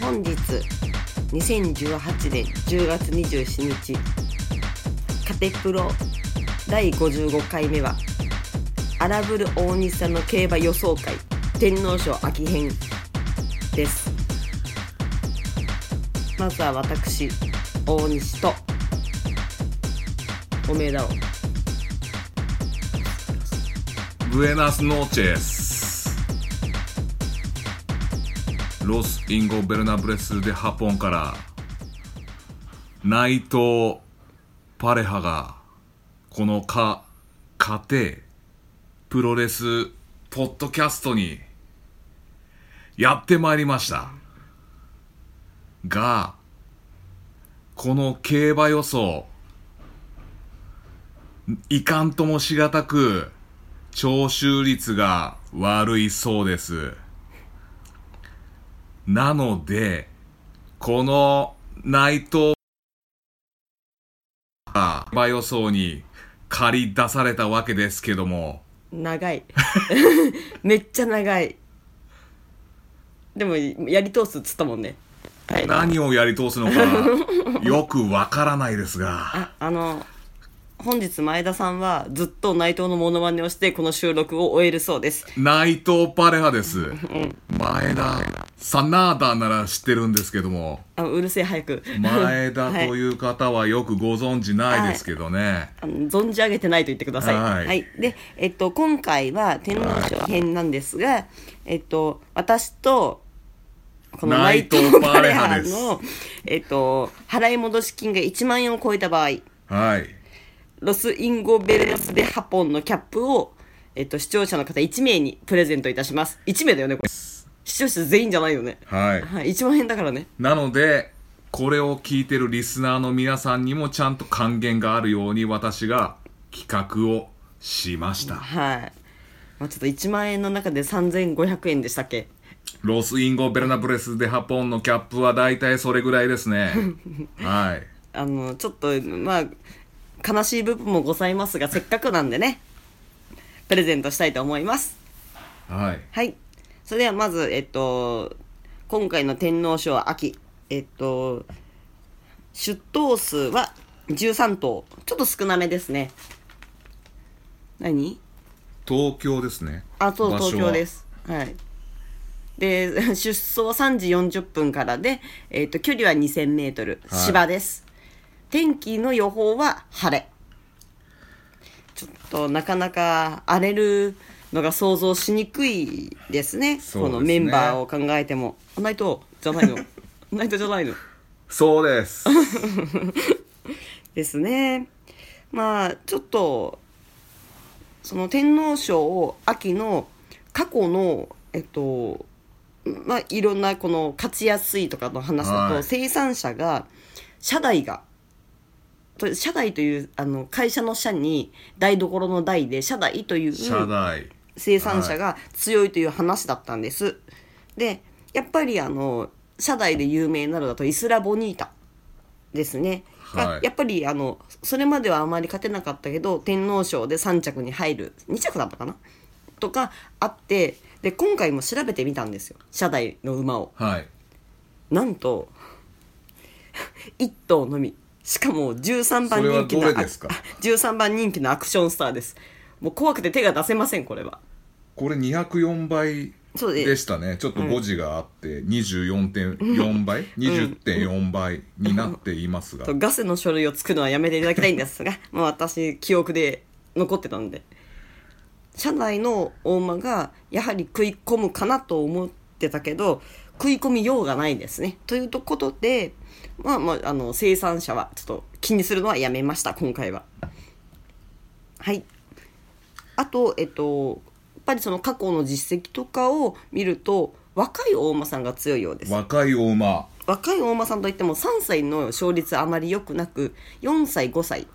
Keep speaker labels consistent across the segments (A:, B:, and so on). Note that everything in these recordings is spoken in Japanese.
A: 本日2018年10月27日カテプロ第55回目は荒ぶる大西さんの競馬予想会天皇賞秋編ですまずは私大西とおめえだを
B: ブエナスノーチェスロス・インゴ・ベルナブレス・でハポンから内藤パレハがこのか家庭プロレスポッドキャストにやってまいりましたがこの競馬予想いかんともしがたく徴収率が悪いそうです。なので、この内藤が馬予想に借り出されたわけですけども、
A: 長いめっちゃ長いでもやり通すっつったもんねはい
B: 何をやり通すのかよくわからないですが、
A: ああの本日前田さんはずっと内藤のモノマネをしてこの収録を終えるそうです
B: 内藤パレハです。前田、サナーダなら知ってるんですけども、
A: あうるせえ早く
B: 前田と
A: う、
B: いう方はよくご存知ないですけどね。
A: あの存じ上げてないと言ってください、
B: はい
A: で、えっと、今回は天皇賞編なんですが、えっと、私とこの内
B: 内
A: 藤
B: 藤
A: パ
B: パ
A: レ
B: レ
A: ハ
B: ハです
A: の、えっと、払い戻し金が1万円を超えた場合
B: はい。
A: ロス・インゴ・ベレス・デ・ハポンのキャップを、えっと、視聴者の方1名にプレゼントいたします1名だよねこれ視聴者全員じゃないよね
B: はい。
A: はい、1万円だからね。
B: なので、これを聞いてるリスナーの皆さんにもちゃんと還元があるように私が企画をしました。
A: はい。まあ、ちょっと1万円の中で3500円でしたっけ
B: ロスインゴベルナブレスでハポンのキャップは大体それぐらいですね。はい。
A: あの、ちょっと、まあ、悲しい部分もございますが、せっかくなんでね、プレゼントしたいと思います。
B: はい。
A: はい。それではまず、えっと、今回の天皇賞秋、えっと、出頭数は13頭。ちょっと少なめですね。何
B: 東京ですね。
A: あ、そう、
B: 場所は
A: 東京で。す。はい。で、 出走は3時40分からで、えっ、と、距離は2000メートル、
B: はい
A: 芝です。天気の予報は晴れ。ちょっと、なかなか荒れるのが想像しにくいですね。
B: そう
A: こ
B: です
A: の
B: ね
A: メンバーを考えても。 あナイトじゃないの。 ナイトじゃないの。
B: そ うです。
A: ですね。まあちょっとその天皇賞を秋の過去のえっとまあいろんなこの勝ちやすいとかの話だと、
B: はい
A: 生産者が社代がと社代というあの会社の社に台所の台で社代という
B: 謝罪。
A: 生産者が強いという話だったんです。でやっぱりあの社代で有名なのだとイスラボニータですね。
B: はい
A: がやっぱりあのそれまではあまり勝てなかったけど天皇賞で3着に入る2着だったかなとかあってで今回も調べてみたんですよ社代の馬を。
B: はい。
A: なんと1頭のみしかも13番人気
B: それは
A: の
B: どれですか
A: 13番人気のアクションスターです。もう怖くて手が出せませんこれは。
B: これ204倍
A: そうです
B: でしたね。ちょっと誤字があって、24.4倍 ?20.4 倍になっていますが
A: と。ガスの書類を作るのはやめていただきたいんです がまあ私記憶で残ってたんで社内の大間がやはり食い込むかなと思ってたけど食い込みようがないですねということでまあまああの生産者はちょっと気にするのはやめました今回ははいあとえっとやっぱりその過去の実績とかを見ると若い大間さんが強いようです
B: 若いお馬。
A: 若い大間さんといっても3歳の勝率あまり良くなく4歳5歳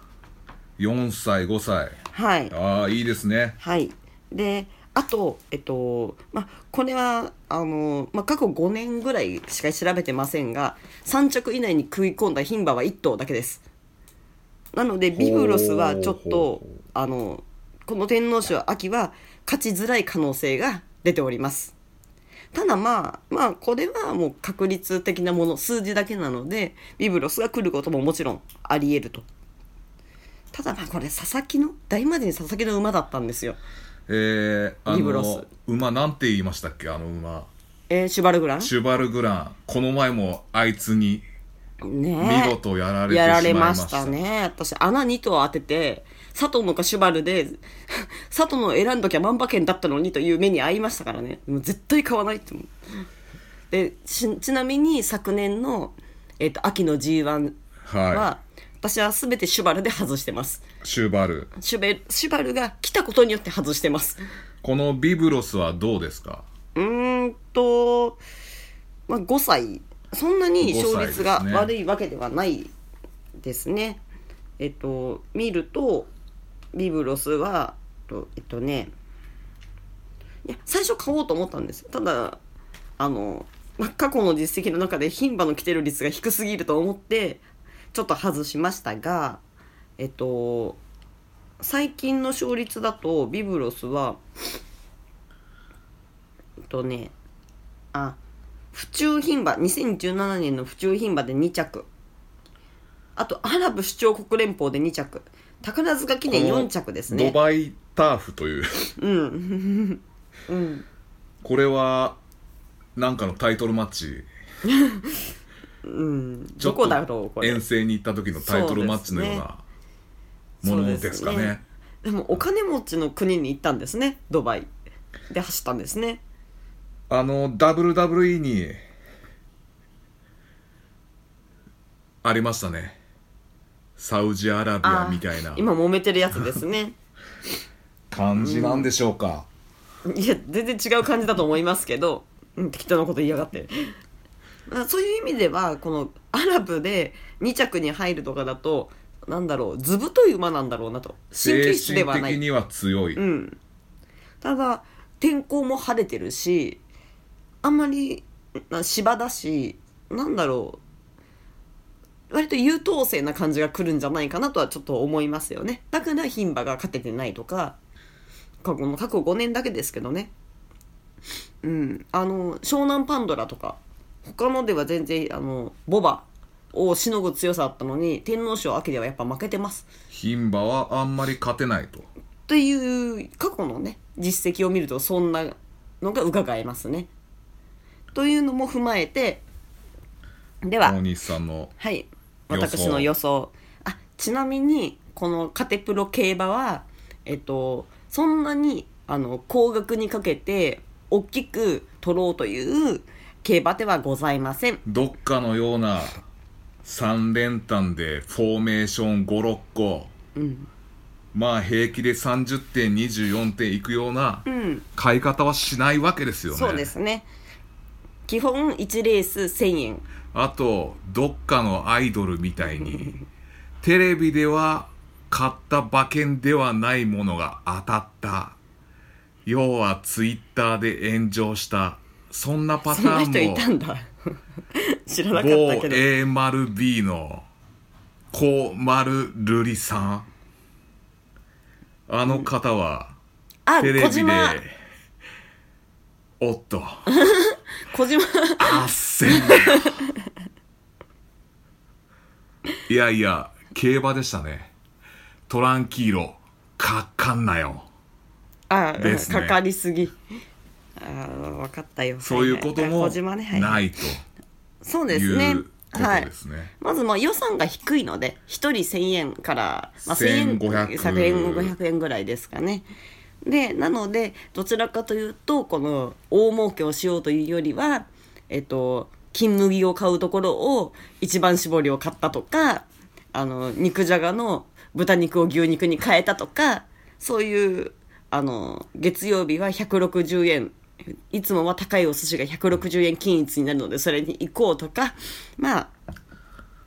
B: 4歳5歳
A: はい
B: ああいいですね
A: はいであとえっとまあこれはあの、まあ、過去5年ぐらいしか調べてませんが3着以内に食い込んだ牝馬は1頭だけですなのでビブロスはちょっ
B: ほうほ
A: とあのこの天皇賞秋は勝ちづらい可能性が出ておりますただまあ、まあこれはもう確率的なもの、数字だけなので、ビブロスが来ることももちろんあり得ると。ただまあこれ佐々木の、大魔神佐々木の馬だったんですよ。
B: えー、あ
A: リブロス
B: の馬なんて言いましたっけあの馬
A: えー、シュバルグラン
B: シュバルグランこの前もあいつに
A: ねえ
B: 見事やられてしま
A: や
B: いま
A: ら
B: した,、
A: れましたね。私、穴2頭当てて、佐藤のかシュバルで、 佐藤の選んどきゃ万馬券だったのにという目に遭いましたからね。もう絶対買わないって思う。で、ち、ちなみに昨年の、えっ、と、秋の G1 は、
B: は
A: 私は全てシュバルで外してます。
B: いシュバル
A: シュベ、シュバルが来たことによって外してます。
B: このビブロスはどうですか
A: うーんと、まあ、5歳そんなに勝率が
B: 5歳ですね
A: 悪いわけではないですね。えっと見るとビブロスはとえっとねいや最初買おうと思ったんですよただあの、まあ、過去の実績の中で牝馬の来てる率が低すぎると思ってちょっと外しましたがえっと最近の勝率だとビブロスはえっとねあ府中牝馬2017年の府中牝馬で2着あとアラブ首長国連邦で2着宝塚記念4着ですね
B: ドバイターフという
A: うん
B: これはなんかのタイトルマッチ
A: うん
B: ちょ
A: ど
B: っ
A: ことだろうこれ
B: 遠征に行った時のタイトルマッチのようなものですか
A: そうです
B: ね
A: ねでもお金持ちの国に行ったんですねドバイで走ったんですね
B: あの WWE にありましたねサウジアラビアみたいな
A: 今揉めてるやつですね
B: 感じなんでしょうか、
A: いや全然違う感じだと思いますけど、うん、適当なこと言いやがってまあそういう意味ではこのアラブで2着に入るとかだとなんだろう図太い馬なんだろうなと神経質
B: 精
A: で
B: 神
A: はな
B: 的
A: い
B: には強い、
A: うん、ただ天候も晴れてるしあんまりな芝だしなんだろう割と優等生な感じが来るんじゃないかなとはちょっと思いますよねだから牝馬が勝ててないとか過去の過去5年だけですけどねうんあの湘南パンドラとか他のでは全然あのボバをしのぐ強さだったのに天皇賞秋ではやっぱ負けてます
B: 牝馬はあんまり勝てないと
A: という過去のね実績を見るとそんなのが伺えますね。というのも踏まえてでは
B: 大西さんの
A: はい
B: 予想
A: 私の予想あちなみにこのカテプロ競馬はえっとそんなにあの高額にかけて大きく取ろうという競馬ではございません。
B: どっかのような3連単でフォーメーション56個、まあ平気で30点24点いくような
A: うん
B: 買い方はしないわけですよね、
A: そうですね基本1レース1000円
B: あとどっかのアイドルみたいに テレビでは買った馬券ではないものが当たった要はツイッターで炎上したそんなパ
A: そ
B: タ
A: んな
B: ーン
A: 人い
B: も
A: たんだ 知らなかった
B: 某
A: けど
B: A 丸 B の小丸瑠璃さんあの方は
A: あ、
B: テレ
A: 小
B: ビで、
A: 島、
B: おっと
A: 小島、
B: あっせんねいやいや競馬でしたねトランキーロかっかんなよ
A: あ、
B: ですね
A: かかりすぎ。あー、わかったよ。
B: そういうこと
A: はは
B: も
A: あ小島ね、はいは。
B: ないいと
A: そうで
B: い
A: すね
B: う。こと
A: はい
B: で。すね
A: まずまあ予算が低いので、一人1000円から、まあ、1000円、
B: 1500
A: 100円、500円ぐらいですかね。で、なので、どちらかというと、この大儲けをしようというよりは、えっと、金麦を買うところを一番搾りを買ったとか、あの、肉じゃがの豚肉を牛肉に変えたとか、そういう、あの、月曜日は160円、いつもは高いお寿司が160円均一になるので、それに行こうとか、まあ、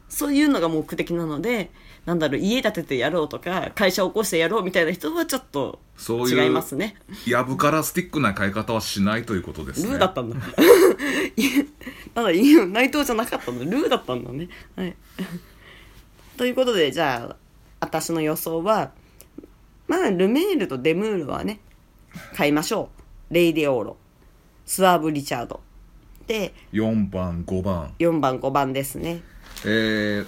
A: そういうのが目的なので、なんだろう、家建ててやろうとか、会社を起こしてやろうみたいな人はちょっと
B: そういう
A: 違いますね。
B: やぶからスティックな買い方はしないということですね
A: ルーだった んだ。いやただ、いや内藤じゃなかったんだ。ルーだったんだね。はい。ということで、じゃあ、私の予想は、まあ、ルメールとデムールはね、買いましょう。レイディオーロ、スワーブ・リチャード、って
B: 4番5番
A: 4番5番ですね
B: えー、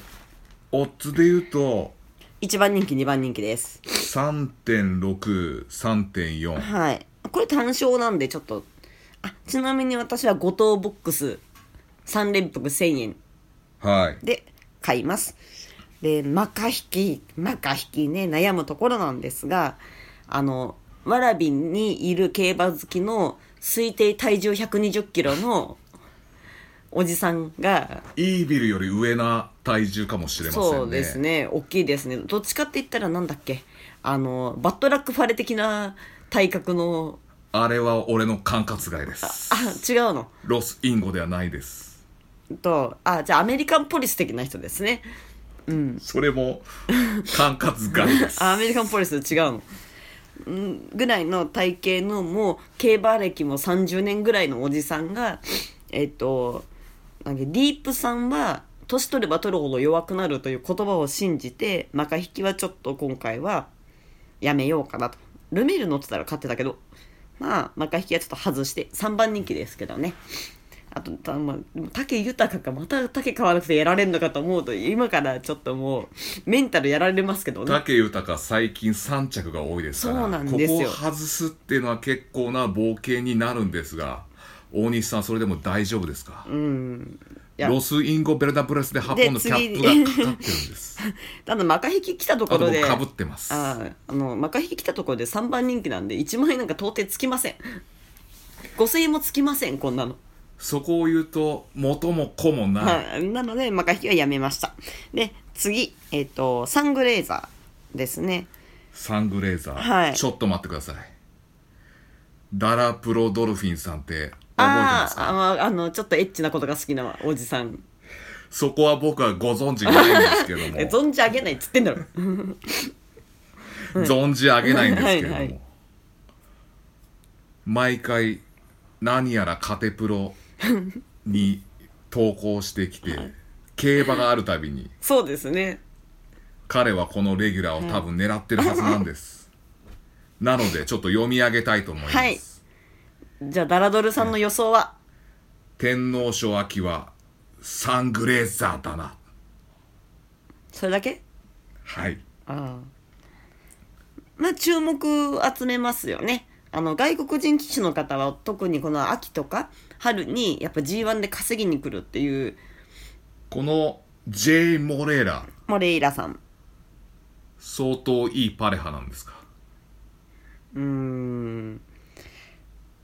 B: オッズで言うと
A: 1番人気2番人気です
B: 3.63.4
A: はいこれ単勝なんでちょっとあちなみに私は5等ボックス3連服1000円
B: はい
A: で買いますでマカヒキマカヒキね悩むところなんですがあのわらびにいる競馬好きの推定体重1 2 0キロのおじさんが
B: イービルより上な体重かもしれませんね
A: そうですね大きいですねどっちかって言ったらなんだっけあのバットラックファレ的な体格の
B: あれは俺の管轄外です
A: あ違うの
B: ロスインゴではないです
A: とあじゃあアメリカンポリス的な人ですね
B: それ も管轄外です
A: あアメリカンポリスと違うのうんぐらいの体型のもう競馬歴も30年ぐらいのおじさんがえっとなんかディープさんは年取れば取るほど弱くなるという言葉を信じてマカ引きはちょっと今回はやめようかなとルメール乗ってたら勝ってたけどまあマカ引きはちょっと外して3番人気ですけどねあとた、まあ、でも武豊かまた武買わなくてやられんのかと思うと今からちょっともうメンタルやられますけどね
B: 武豊最近3着が多いですから
A: そうなんですよ
B: ここを外すっていうのは結構な冒険になるんですが大西さんそれでも大丈夫ですか、
A: いや
B: ロスインゴベルダプレスで8本のキャップがかかってるんです
A: あの、マカ引き来たと
B: あ
A: ことろで、
B: 僕かぶってます
A: あーあの、マカ引き来たところで3番人気なんで、1万円なんか到底つきません。5000円もつきません、こんなの。
B: そこを言うと元も子もない、
A: はい、なので、マカ引きはやめました。で、次、えっ、と、サングレーザーですね。
B: サングレーザー、
A: はい
B: ちょっと待ってくださいダラプロドルフィンさんって覚えてま
A: あ
B: す
A: ーあ
B: か
A: の、あの、ちょっとエッチなことが好きなおじさん。
B: そこは僕はご存知ないんですけど
A: え
B: も
A: 存じ上げないっつってんだろ。
B: 存じ上げないんですけれども、
A: はいはい
B: 毎回何やらカテプロに投稿してきて、競馬があるたびに
A: そうですね。
B: 彼はこのレギュラーを多分狙ってるはずな んです、なのでちょっと読み上げたいと思います、
A: はいじゃあ、ダラドルさんの予想は、
B: 天皇賞秋はサングレーザーだな
A: それだけ
B: はい
A: ああまあ注目集めますよねあの外国人騎手の方は特にこの秋とか春にやっぱ G1 で稼ぎに来るっていう
B: この J ・モレーラ
A: モレイラさん
B: 相当いいパレハなんですか
A: うーん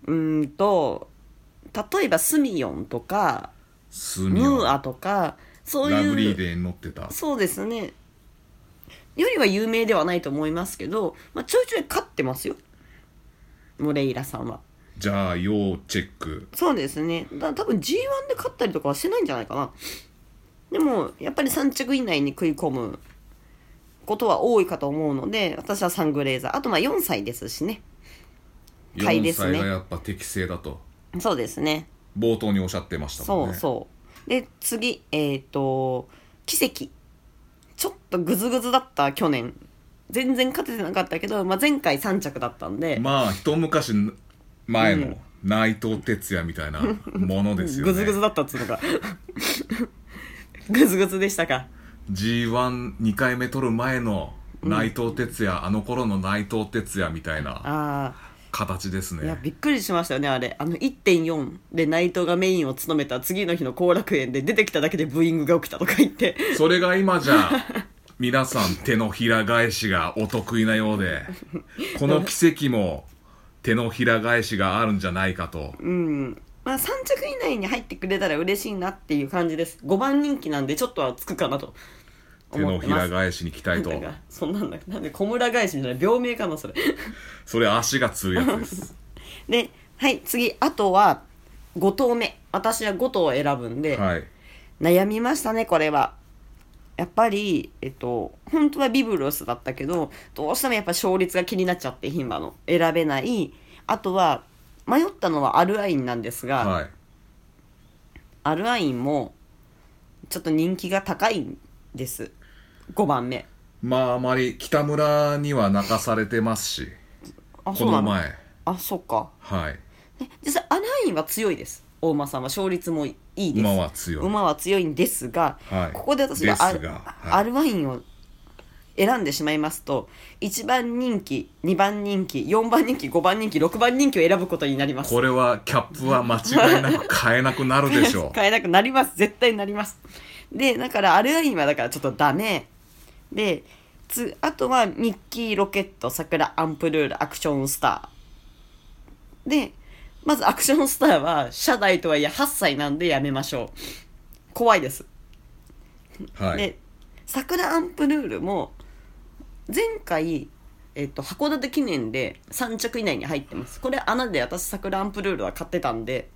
A: うーんと例えばスミヨンとか
B: スミ
A: ム
B: オ
A: ーアとかそう
B: ラブ
A: い
B: リー
A: う
B: デーに乗ってた
A: そうですねよりは有名ではないと思いますけど、まあ、ちょいちょい勝ってますよモレイラさんは。
B: じゃあ要チェック
A: そうですね。だ多分 G1 で勝ったりとかはしてないんじゃないかな。でも、やっぱり3着以内に食い込むことは多いかと思うので、私はサングレーザー。あと、まあ4歳ですしね。買い
B: 4
A: ですね
B: 歳がやっぱ適正だと
A: そうですね。
B: 冒頭におっしゃってましたも
A: そ
B: ん
A: う
B: ね
A: そう。で、次、えっ、と、奇跡。ちょっとグズグズだった去年。全然勝ててなかったけど、まあ、前回3着だったんで、
B: まあ一昔前の内藤哲也みたいなもので すよね
A: グズグズだったっつうのが。グズグズでしたか。
B: G12 回目取る前の内藤哲也、あの頃の内藤哲也みたいな
A: ああ。
B: 形です
A: いや
B: ね
A: びっくりしましたよねあれあの1.4で内藤がメインを務めた次の日の後楽園で出てきただけでブーイングが起きたとか言って
B: それが今じゃ皆さん手のひら返しがお得意なようでこの奇跡も手のひら返しがあるんじゃないかと、
A: まあ3着以内に入ってくれたら嬉しいなっていう感じです5番人気なんでちょっとはつくかなと
B: 手
A: 思
B: の
A: って
B: ひ
A: ま
B: ら
A: す
B: 返しに期待と
A: なんかそんなんだなんで小村返しみたいな病名かなそれ
B: それ足がつるやつです
A: ではい次あとは5投目私は5投を選ぶんで、
B: はい
A: 悩みましたねこれはやっぱりえっと本当はビブロスだったけどどうしてもやっぱ勝率が気になっちゃって牝馬の選べないあとは迷ったのはアルアインなんですが、
B: はい
A: アルアインもちょっと人気が高いんです5番目
B: まああまり北村には泣かされてますし
A: あ
B: こ
A: そう
B: の
A: なの
B: 前
A: あそっか
B: はい
A: え実際アルアインは強いです大間さんは勝率もいいです
B: 馬は強い
A: 馬は強いんですが、
B: はい
A: ここで私がアル
B: ですがはい
A: アルワインを選んでしまいますと1番人気2番人気4番人気5番人気6番人気を選ぶことになります
B: これはキャップは間違いなく買えなくなるで しょう
A: 買えなくなります絶対なりますでだからアルアインはだからちょっとダメでつあとはミッキーロケット桜アンプルールアクションスターでまずアクションスターは社代とはいえ8歳なんでやめましょう怖いです、
B: はい
A: で桜アンプルールも前回えっと、函館記念で3着以内に入ってますこれ穴で私桜アンプルールは買ってたんで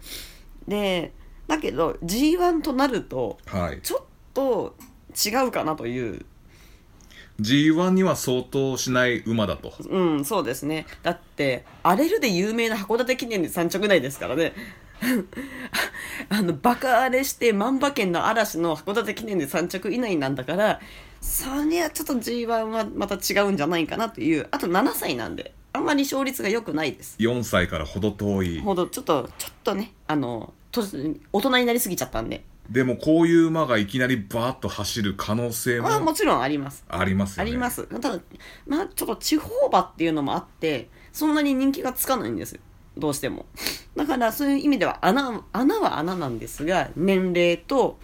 A: でだけど G1 となると
B: はい
A: ちょっと違うかなという
B: G1 には相当しない馬だと
A: うんそうですねだって荒れるで有名な函館記念で3着内ですからね あのバカ荒れして万馬券の嵐の函館記念で3着以内なんだからそりゃちょっと G1 はまた違うんじゃないかなというあと7歳なんであんまり勝率が良くないです
B: 4歳からほど遠い
A: ほどちょっとちょっとねあのと大人になりすぎちゃったんで
B: でもこういう馬がいきなりバーッと走る可能性
A: まあも
B: も
A: ちろんあります
B: あります
A: あ
B: よね
A: りますただまあちょっと地方馬っていうのもあってそんなに人気がつかないんですよどうしてもだからそういう意味では穴穴は穴なんですが年齢と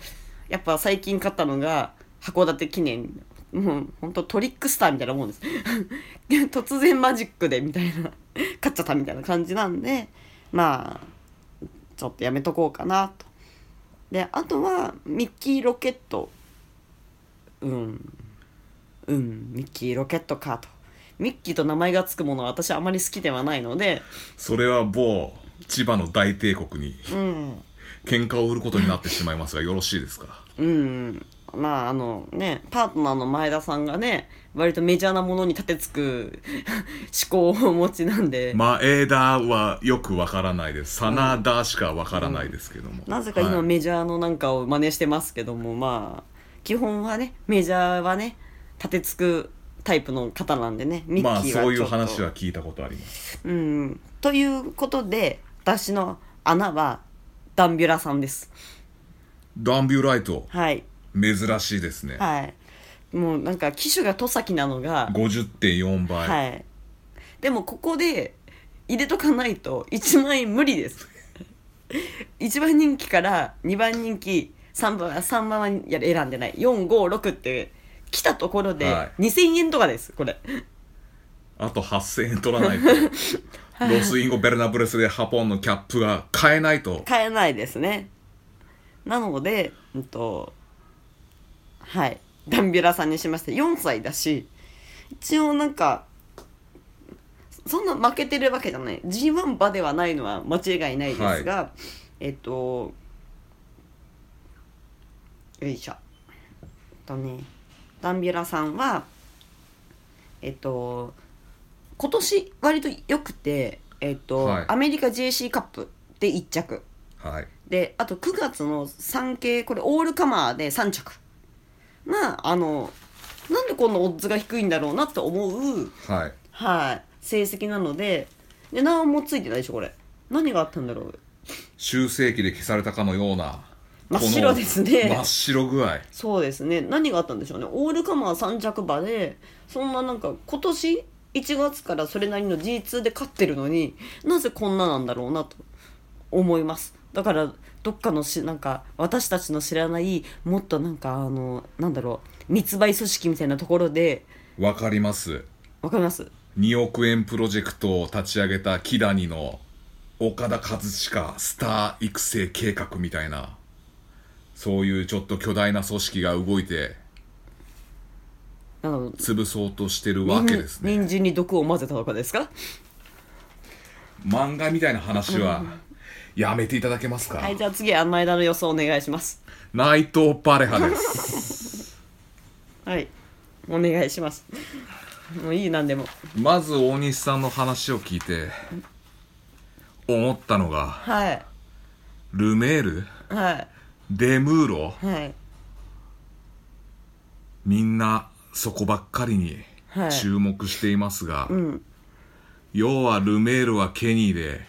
A: やっぱ最近買ったのが函館記念もう本当トリックスターみたいなもんです 突然マジックでみたいな勝っちゃったみたいな感じなんでまあちょっとやめとこうかなとであとはミッキーロケットうんうんミッキーロケットかとミッキーと名前が付くものは私あまり好きではないので
B: それは某千葉の大帝国に
A: うん
B: 喧嘩を売ることになってしまいますがよろしいですか
A: うんまああのねパートナーの前田さんがね割とメジャーなものに立てつく思考をお持ちなんで、
B: 前田はよくわからないです真田しかわからないですけども、
A: なぜか今
B: はい
A: メジャーのなんかを真似してますけども、まあ基本はねメジャーはね立てつくタイプの方なんでねミ
B: ま
A: ッ
B: あ
A: キーは
B: そうい
A: ち
B: う
A: ょっと
B: 話は聞いたことあります
A: うんということで私の穴はダンビュラさんです
B: ダンビューライト
A: はい
B: 珍しいですね、
A: はい。もうなんか機種が戸先なのが、
B: 50.4倍、
A: はい。でもここで入れとかないと1万円無理です。1番人気から2番人気、3番、三番はや選んでない。4、5、6って来たところで
B: は
A: 2000円とかです、これ。
B: あと8000円取 らないとロスインゴベルナブレスでハポンのキャップが買えないと
A: 買えないですね。なので、うんと、はい。ダンビュラさんにしまして4歳だし、一応なんか、そんな負けてるわけじゃない。G1 馬ではないのは間違いないですが、えっと、よいしょ。えっとね、ダンビュラさんは、えっと、今年割と良くて、えっと、
B: はい
A: アメリカ JC カップで1着。
B: はい
A: であと9月の産経これオールカマーで3着まああのなんでこんなオッズが低いんだろうなって思う、
B: はい
A: はい、成績なのでで何もついてないでしょこれ何があったんだろう
B: 修正機で消されたかのような
A: 真っ白
B: この
A: ですね
B: 真っ白具合
A: そうですね何があったんでしょうねオールカマー3着馬でそんななんか今年1月からそれなりの G2 で勝ってるのになぜこんななんだろうなと思いますだからどっかのしなんか私たちの知らないもっとなんかあのなんだろう密売組織みたいなところで
B: わかります
A: わかります
B: 2億円プロジェクトを立ち上げた木谷の岡田和親スター育成計画みたいなそういうちょっと巨大な組織が動いて
A: なんだろう
B: 潰そうとしてるわけですね
A: 人参に毒を混ぜたとかですか
B: 漫画みたいな話はやめていただけますか、
A: はいじゃあ次は前田の予想お願いします
B: 内藤パレハです
A: はいお願いしますもういいなんでも
B: まず大西さんの話を聞いて思ったのが
A: はい
B: ルメール
A: はい
B: デムーロ
A: はい
B: みんなそこばっかりに
A: はい
B: 注目していますが、
A: ん
B: 要はルメールはケニーで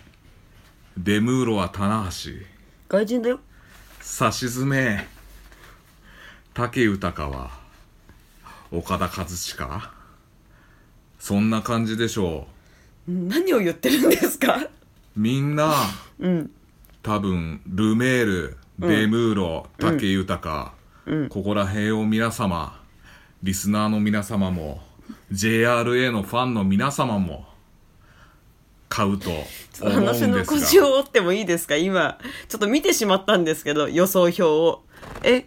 B: デムーロは棚橋
A: 外人だよ
B: さしずめ武豊は岡田和親そんな感じでしょ
A: 何を言ってるんですか
B: うみんな
A: うん
B: 多分ルメールデムーロ、武豊、ここら辺を皆様リスナーの皆様も JRA のファンの皆様も買うと思うんです
A: 話の
B: が
A: 腰を折ってもいいですか今ちょっと見てしまったんですけど予想表をえ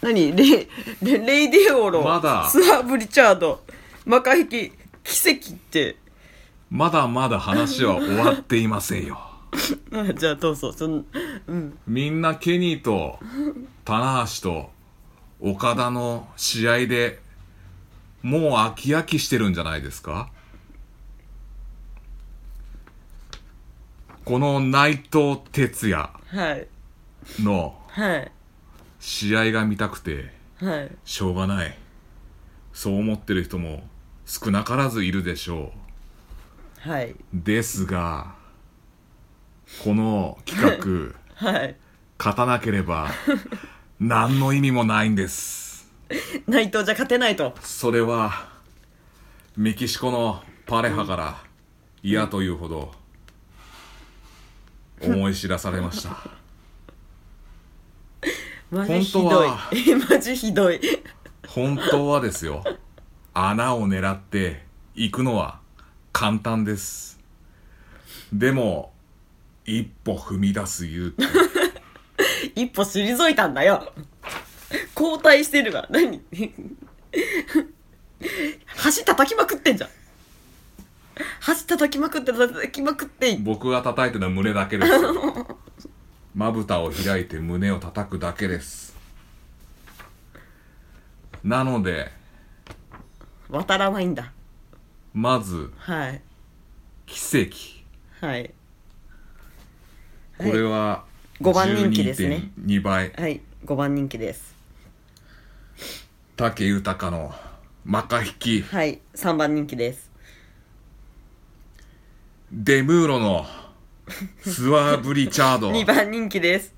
A: 何レイレレイディオロ、
B: まだ
A: スワーブ・リチャードマカヒキ奇跡って
B: まだまだ話は終わっていませんよ
A: あじゃあどうぞそのうん
B: みんなケニーと棚橋と岡田の試合でもう飽き飽きしてるんじゃないですかこの内藤哲也
A: はい
B: の
A: はい
B: 試合が見たくて
A: はい
B: しょうがないそう思ってる人も少なからずいるでしょう
A: はい
B: ですがこの企画
A: はい
B: 勝たなければ何の意味もないんです
A: 内藤じゃ勝てないと
B: それはメキシコのパレハから嫌というほど思い知らされました
A: マジひどい
B: 本
A: マジひどい
B: 本当はですよ穴を狙って行くのは簡単ですでも一歩踏み出す勇気
A: 一歩退いたんだよ交代してるわ何橋叩きまくってんじゃん橋叩きまくって叩きまくって
B: 僕が叩いてるのは胸だけですよまぶたを開いて胸を叩くだけですなので
A: 渡らないんだ
B: まず
A: はい
B: 奇跡
A: はい
B: これは
A: 五番人気ですね
B: 2倍
A: はい5番人気です
B: 武豊のマカヒキ
A: はい3番人気です
B: デムー ロのスワーブリチャード
A: 2番人気です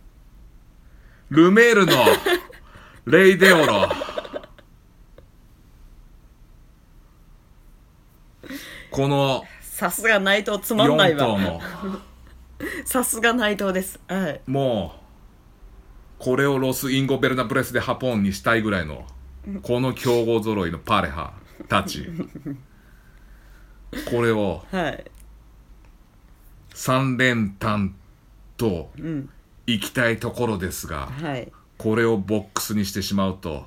B: ルメールのレイデオロこの
A: さすが内藤つまんない
B: 4頭
A: わ
B: の
A: さすが内藤ですはい
B: もうこれをロス・インゴ・ベルナブレスでハポンにしたいぐらいのこの強豪揃いのパレハたちこれを
A: はい
B: 三連単と
A: うん
B: 行きたいところですが
A: はい
B: これをボックスにしてしまうと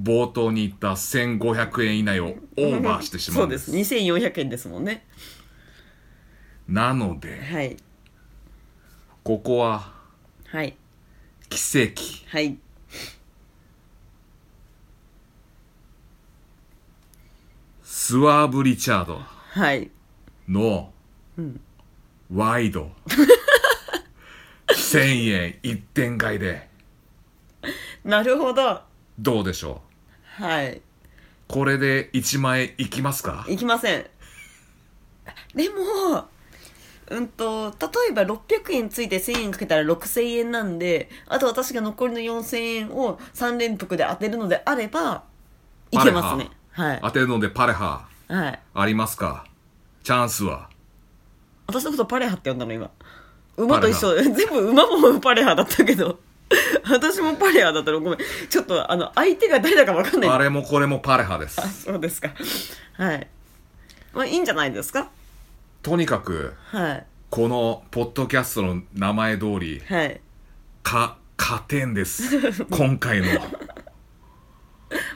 B: 冒頭に言った1500円以内をオーバーしてしま
A: そううんで
B: ですす
A: 2400円ですもんね
B: なので
A: はい
B: ここは
A: はい
B: 奇跡
A: はい
B: スワーブ・リチャード
A: はい
B: のワ イド1000円一点買いで
A: なるほど
B: どうでしょう
A: はい
B: これで1万円いきますか
A: 行きませんでもうんと例えば600円ついて1000円かけたら6000円なんであと私が残りの4000円を3連服で当てるのであればいけますねはい
B: 当てるのでパレハ
A: はい
B: ありますかチャンスは
A: 私のことパレハって呼んだの今馬と一緒 全部馬もパレハだったけど私もパレハだったのごめんちょっとあの相手が誰だか分かんない
B: あれもこれもパレハです
A: あそうですかはいまあいいんじゃないですか
B: とにかく
A: はい
B: このポッドキャストの名前通り
A: はい
B: か加点です 今回の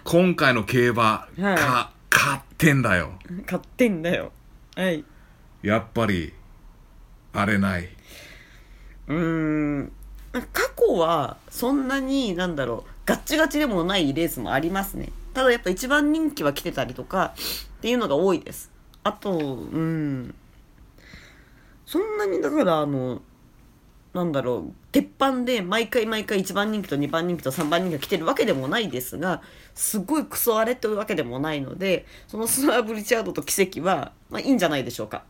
B: 今回の競馬、
A: い
B: か勝ってんだよ
A: 買ってんだよはい
B: やっぱり荒れないう
A: ーん過去はそんなになんだろうガッチガチでもないレースもありますねただやっぱ一番人気は来てたりとかっていうのが多いですあとうんそんなにだからあのなんだろう鉄板で毎回毎回1番人気と2番人気と3番人気が来てるわけでもないですがすごいクソ荒れというわけでもないのでそのスワーブ・リチャードと奇跡は、まあ、いいんじゃないでしょうか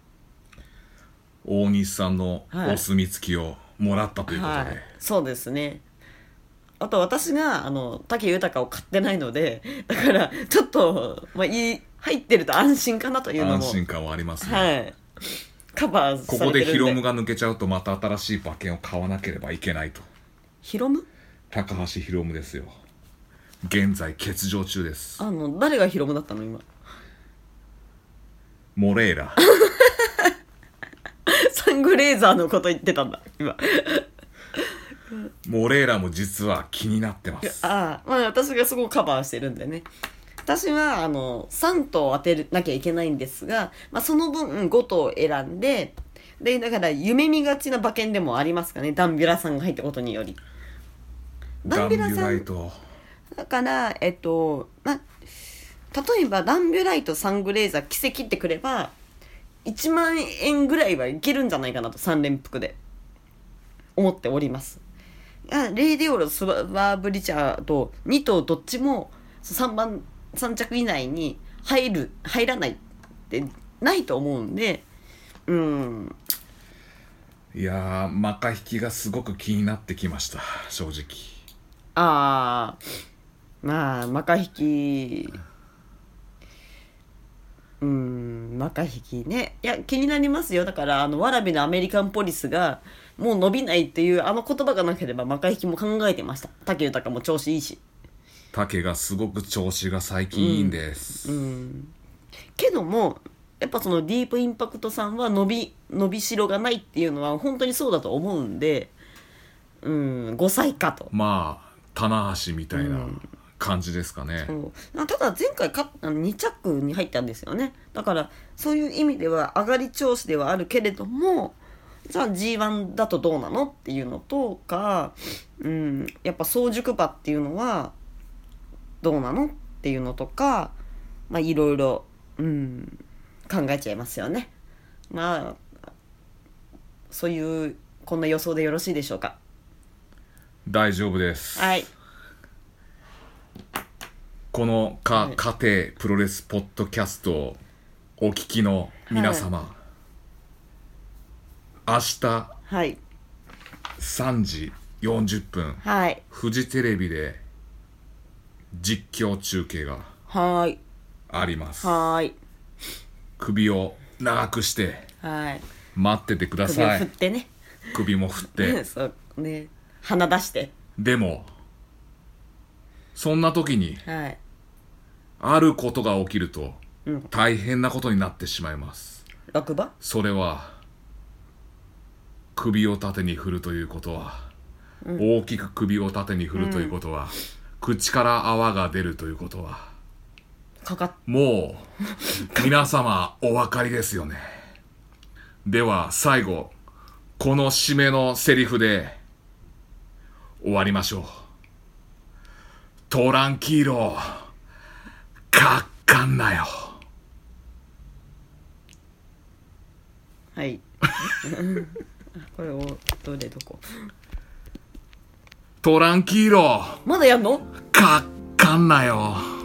B: 大西さんの
A: はい
B: お墨付きをもらったということで、
A: はい、そうですねあと私があの武豊を買ってないので だからちょっと、まあ、いい入ってると安心かなというのも
B: 安心感はありますね、
A: はいカバー
B: こ
A: さ
B: こ
A: れてるんで
B: でヒロムが抜けちゃうとまた新しい馬券を買わなければいけないと
A: ヒロム
B: 高橋ヒロムですよ現在欠場中です
A: あの誰がヒロムだったの今
B: モレイラ
A: サングレーザーのこと言ってたんだ今
B: モレイラも実は気になってます
A: ああまあ私がそこをカバーしてるんでね私はあの3頭当てなきゃいけないんですが、まあ、その分5頭選んででだから夢見がちな馬券でもありますかねダンビュラさんが入ったことによりダ
B: ダ
A: ン
B: ン
A: ビ
B: ビ
A: ュラ
B: ュ
A: さ
B: ライ
A: ん
B: ト
A: だからえっとまあ例えばダンビュライトサングレーザー奇跡ってくれば1万円ぐらいはいけるんじゃないかなと3連服で思っておりますあレイディオロスワーブリチャード2頭どっちも3番3着以内に入る入らないってないと思うんでうん
B: いやーマカ引きがすごく気になってきました正直
A: ああまあマカヒキうーんマカヒキねいや気になりますよだからあのわらびのアメリカンポリスがもう伸びないっていうあの言葉がなければマカヒキも考えてました武豊も調子いいし
B: 竹がすごく調子が最近いいんです、
A: けどもやっぱそのディープインパクトさんは伸び伸びしろがないっていうのは本当にそうだと思うんでうん5歳かと
B: まあ棚橋みたいな感じですかね、
A: そうあただ前回かあの2着に入ったんですよねだからそういう意味では上がり調子ではあるけれどもじゃあ g 1だとどうなのっていうのとか、うん、やっぱ早熟馬っていうのはどうなのっていうのとかまあいろいろ、うん、考えちゃいますよねまあそういうこんな予想でよろしいでしょうか
B: 大丈夫です、
A: はい
B: このか家庭プロレスポッドキャストをお聞きの皆様、明日
A: はい
B: 3時40分
A: はい
B: フジテレビで実況中継が
A: はい
B: あります
A: はい
B: 首を長くして
A: はい
B: 待っててくだ
A: 首を
B: さ
A: 振っ
B: い
A: てね、
B: 首も振っ て
A: そうね鼻出して
B: でもそんな時に
A: はい
B: あることが起きると大変なことになってしまいます
A: 落馬
B: それは首を縦に振るということは、大きく首を縦に振るということは、口から泡が出るということは
A: かかっ
B: もう皆様お分かりですよねでは最後この締めのセリフで終わりましょうトランキーロかっかんなよ
A: はいこれをどれどこ
B: トランキーロ
A: まだやんの
B: かっかんなよ